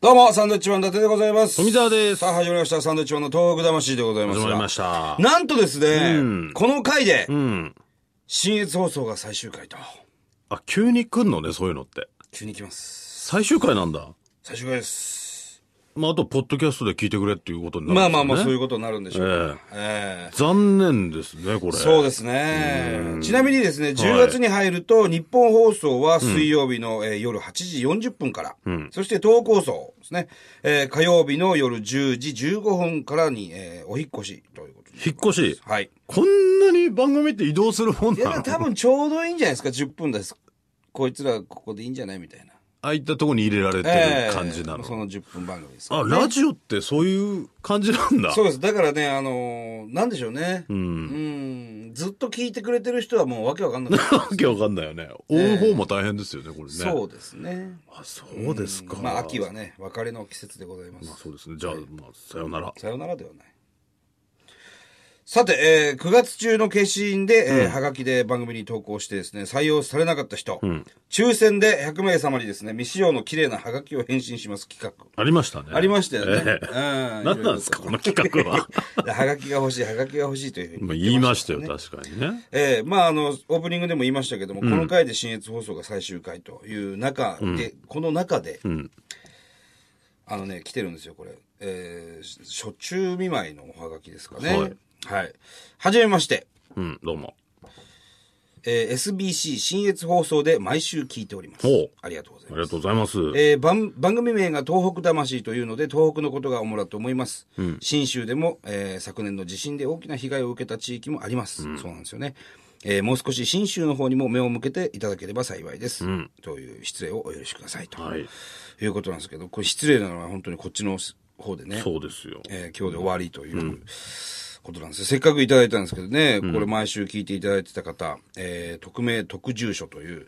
どうも、サンドウィッチマン伊達でございます。富澤ですさあ、始まりました。サンドウィッチマンの東北魂でございます。始まりましたなんとですね、うんこの回で、うん。新越放送が最終回と。あ、急に来んのね、そういうのって。急に来ます。最終回なんだ。最終回です。まあ、あと、ポッドキャストで聞いてくれっていうことになまあるんですよね。まあまあ、そういうことになるんでしょうね。ええ残念ですね、これ。。そうですすね。ちなみにですね、10月に入ると、日本放送は水曜日の、えー夜8時40分から、そして東北放送ですね、えー火曜日の夜10時15分からに、えーお引っ越しということで。引っ越し。はい。こんなに番組って移動するもんいや、まなあの多分ちょうどいいんじゃないですか、10分です。こいつらここでいいんじゃないみたいな。ああいったとこに入れられてる感じなえのえ。その10分番組です。あ、ラジオってそういう感じなんだ。そうです。だからね、あのーなんでしょうね。うんん。ずっと聞いてくれてる人はもうわけわかんなくなる わけわかんないよね。追う方も大変ですよね、これね。そうですね。あ、そうですか。まあ、秋。はね、別れの季節でございままあ、す。そうですね。じゃあ、まあ、さよなら。さよならではない。さて、えー9月中の消印で、えーはがきで番組に投稿してですね、採用されなかった人、抽選で100名様にですね、未使用の綺麗なはがきを返信します企 画。ありましたね。ありましたよね。ええうん何なんですか、この企画は。いろいろとはがきが欲しい、はがきが欲しいというふうにまあ言って言いまししたたよ、ね確かにね。ええまああの、オープニングでも言いましたけども、この回で新越放送が最終回という中で、この中で、んあのね、来てるんですよ、これ。えー、初中見舞いのおはがきですかね。はいはい。はじめまして。うん、どうも。えー SBC 新越放送で毎週聞いておりますほう。ありがとうございあまりすが。とうございます。えー番番組名が東北魂というので東北のことが主だと思います、信州でも、えー昨年の地震で大きな被害を受けた地域もあります、そうなんですよね、えーもう少し信州の方にも目を向けていただければ幸いです、という失礼をお許しくださいと、はいい、うことなんですけどこれ失礼なのは本当にこっちの方でねそうですよ。えー今日で終わりという、ことなんですよせっかくいただいたんですけどね、これ毎週聞いていただいてた方、えー匿名、特住所という、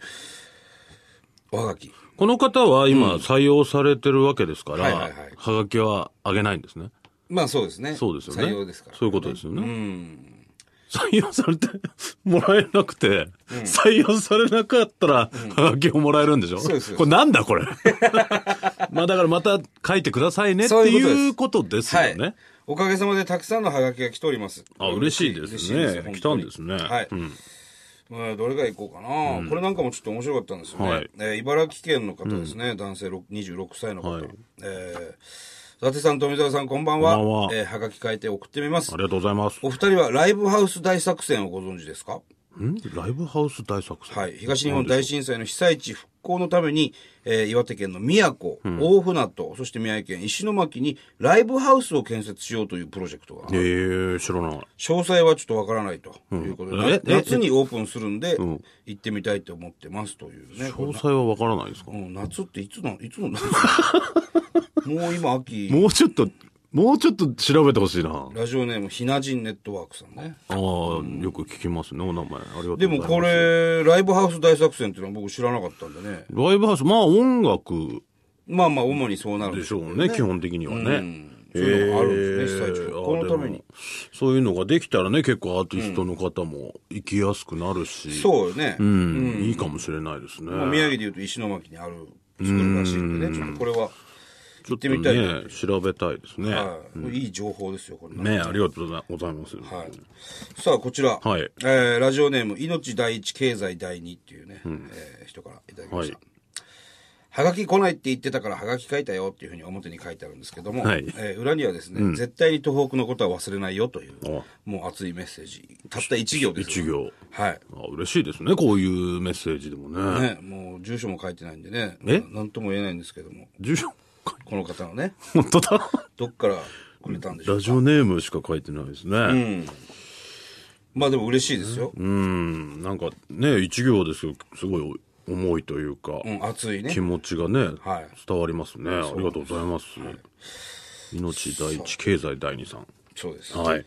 おはがき。この方は今採用されてるわけですから、ははいはいはいがきはあげないんですね。まあそうですね。そうですよね。採用ですから。そういうことですよね。採用されて もらえなくて、採用されなかったら、はがきをもらえるんでしょそうですこれなんだ これ。まあだからまた書いてくださいねってそういいううことですよね。。おかげさまでたくさんのハガキが来ております。あ嬉しいですね嬉本当に来たんですねはい。うんどれがいこうかな、これなんかもちょっと面白かったんですよね。はいえー茨城県の方ですね。男性ろく26歳の方。はいえー伊達さん、富澤さん、こんばんは。こんばんはえーはがき変えて送ってみますあ。りがとうございます。お二人はライブハウス大作戦をご存知ですかんライブハウス大作戦。はい、東日本大震災の被災地復興のために、えー岩手県の宮古、大船渡、そして宮城県石巻にライブハウスを建設しようというプロジェクトが、えー、知らない。詳細はちょっとわからないということで、うんえなえ夏にオープンするんで、行ってみたいと思ってますというね。詳細はわからないですか、うん、夏っていつの、いつ の夏もう今秋、もうちょっと、もうちょっと調べてほしいな。あラジオネームひなじんネットワークさんね。あ、よく聞きますね、お名前。ありがとうござでいます。もこ。れ、ライブハウス大作戦っていうのは僕知らなかったんでね。ライブハウス、まあ音楽まあまあ主にそうなるんででしょうね、基本的にはね。そういうのがあるんですね被災地へーこのために。あでもそういうのができたらね、結構アーティストの方も行きやすくなるし、そうよね。うん、いいかもしれないですね。まあ宮城でいうと石巻にある作るらしいんでね、ちょっとこれは、ちょっってとみたいね、調べたいですね。はいこれいい情報ですよ、これ、ね、ありがとうございます。はい。さあ、こちら、はいえーラジオネーム、命第一、経済第二っていうね、えー人からいただきました。ははいがき来ないって言ってたからはがき書いたよっていうふうに表に書いてあるんですけども、はいえー裏にはですね、絶対に東北のことは忘れないよというあ、もう熱いメッセージ。たった1行です一よ。行。はい。あ嬉しいですね、こういうメッセージでもね。ね、もう住所も書いてないんでね、えなんとも言えないんですけども、住所書いこの方のね、 本当だ。どっからくれたんでしょラうジオネームしか書いてないですね。うん。まあでも嬉しいですよ。うん、なんかね、一行ですよ。すごい重いというか、熱いね気。持ちがね、はい伝わりますね。ありがとうございます。命第一、経済第二さん。そうです。はい。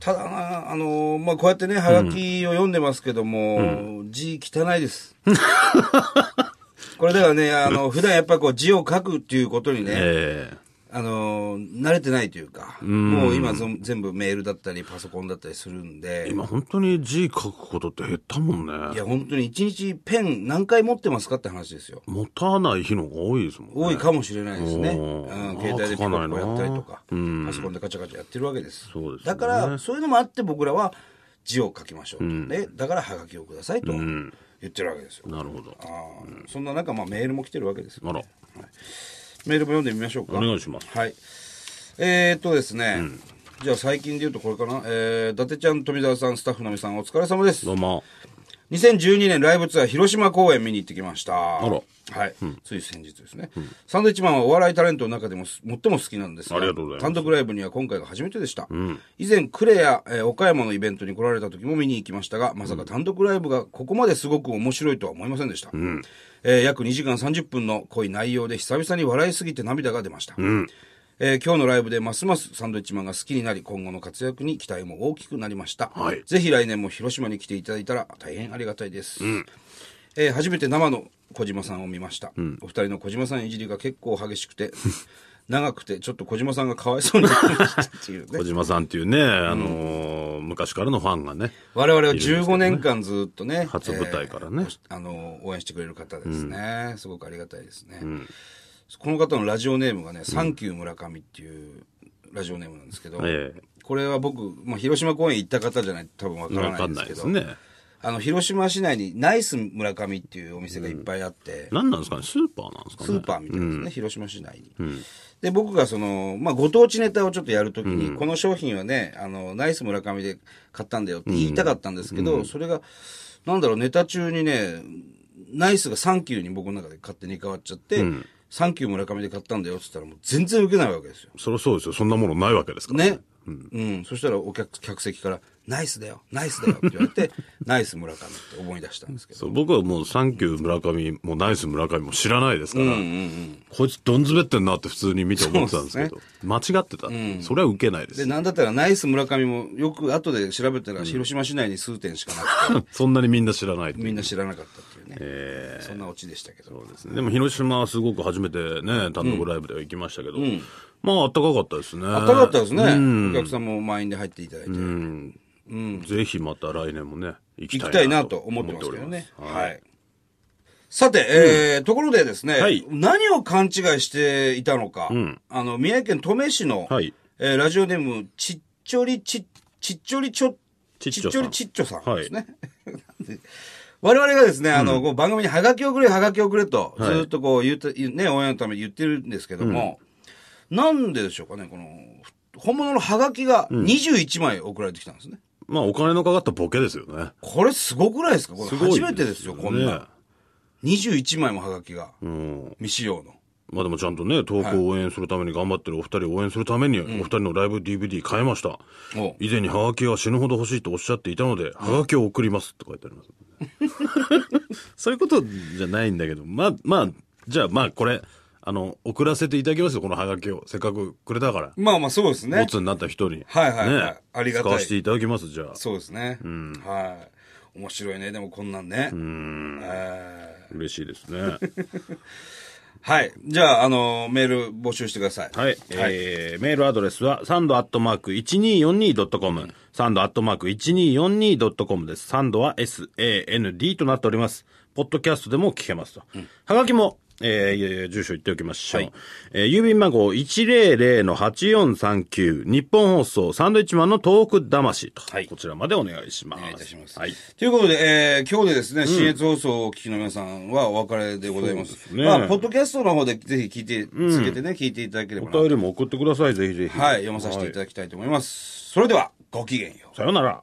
ただな、あのーまあこうやってね、はがきを読んでますけども、字汚いです。 これだからね、あの、普段やっぱこう字を書くっていうことにね、えあのー慣れてないというか、もう今ぞ全部メールだったりパソコンだったりするんで、今本当に字書くことって減ったもんねいや、本当に一日ペン何回持ってますかって話ですよ。持たない日の方が多いですもんね多いかもしれないですね。おーうん、携帯でピコピコやったりとか書かないなうんパソコンでガチャガチャやってるわけです。そうですねだから、そういうのもあって僕らは字を書きましょうと。ねだから、ハガキをくださいと言んってるわけですよ。なるほどあーそんな中、まあ、メールも来てるわけですよ。あらメールも読んでみましょうか。お願いしますはい。えー、っとですね、じゃあ最近で言うとこれかな。えー、伊達ちゃん、富澤さん、スタッフの皆さん、お疲れ様ですど。うも2012年ライブツアー広島公演見に行ってきました。あらはい、つい先日ですね、サンドイッチマンはお笑いタレントの中でもす最も好きなんですがありがとうございます単独ライブには今回が初めてでした。以前、クレア、えー岡山のイベントに来られた時も見に行きましたが、まさか単独ライブがここまですごく面白いとは思いませんでした。えー約2時間30分の濃い内容で久々に笑いすぎて涙が出ました。えー今日のライブでますますサンドイッチマンが好きになり、今後の活躍に期待も大きくなりました。はいぜひ来年も広島に来ていただいたら大変ありがたいです。えー初めて生の小島さんを見ました。お二人の小島さんいじりが結構激しくて、 長くて、ちょっと小島さんがかわいそうになりましたっていうね 小。島さんっていうね、あのー昔からのファンがね我々は15年間ずっとね、初舞台からえねーあの、応援してくれる方ですね。すごくありがたいですね。この方のラジオネームがね、サンキュー村上っていうラジオネームなんですけど、ええこれは僕、まあ、広島公演行った方じゃないと多分わからわなかいんんでなすけいでど、すねあの、広島市内にナイス村上っていうお店がいっぱいあって、何なんですかねスーパーなんですかねスーパーみたいですね、広島市内に。で、僕がその、まあ、ご当地ネタをちょっとやるときに、この商品はね、あの、ナイス村上で買ったんだよって言いたかったんですけど、それが、なんだろう、ネタ中にね、ナイスがサンキューに僕の中で勝手に変わっちゃって、サンキュー村上で買ったんだよって言ったら、もう全然受けないわけですよ。そりゃそうですよそんなものないわけですからね。うん、そしたらお客客席から、ナイスだよ、ナイスだよって言われて、 ナイス村上って思い出したんですけど。そう僕はもうサンキュー村上もナイス村上も知らないですから、こいつどんずべってんなって普通に見て思ってたんですけど、間違ってた、それは受けないでで、す。なんだったらナイス村上もよく後で調べたら広島市内に数店しかなくて、そんなにみんな知らないってい うみんな知らなかったっていうね。そんなオチでしたけど。ですねでも広島はすごく初めてね、単独ライブでは行きましたけど、まああったかかったですね。あったかかったですね。お客さんも満員で入っていただいて。ぜひまた来年もね、行き行きたいなたいなと思ってますけどね。思っておりますはい。さて、えーところでですね、はい何を勘違いしていたのか、あの、宮城県登米市の、はいえーラジオネーム、ちっちょりち、ちっちょりちょ、ちっちょさちょんりちっちょさんですね。 なんで我々がですね、あの、こう番組にハガキをくれ、ハガキをくれと、ずいーっとこう言って、言うね、応援のために言ってるんですけども、なんででしょうかね、この、本物のハガキが21枚送られてきたんですね。まあお金のかかったボケですよね。これすごくないですかこれすごい初めてですよ、こんねな。21枚もハガキが、うん。未使用の。まあでもちゃんとね、投稿を応援するために頑張ってるお二人を応援するために、お二人のライブ DVD 買いました。おう以前にハガキが死ぬほど欲しいとおっしゃっていたので、ハガキを送りますって書いてあります。 そういうことじゃないんだけど、まあ、まあ、じゃあまあこれ、あの、送らせていただきますよ、このハガキを。せっかくくれたから。まあまあそうですねボ。ツになった人に。はいはいはいね、ありがたい使わせていただきます、じゃあ。そうですね。はい。面白いね、でもこんなんね。えー嬉しいですね。はい。はい。じゃあ、あの、メール募集してください。えーメールアドレスは、サンドアットマーク 1242.com。サンドアットマーク 1242.com です。サンドは SAND となっております。ポッドキャストでも聞けますと。はがきも、えー住所言っておきましょう。はいえー郵便番号100-8439、日本放送、サンドイッチマンの東北魂と。はいこちらまでお願いします。お願いいたします。はい。ということで、えー今日でですね、新越放送をお聞きの皆さんはお別れでございます。すねまあ、ポッドキャストの方でぜひ聞いて、続けてね、聞いていただければおな。便りも送ってください、ぜひぜひ。はい、読まさせていただきたいと思います。それでは、ごきげんよう。さよなら。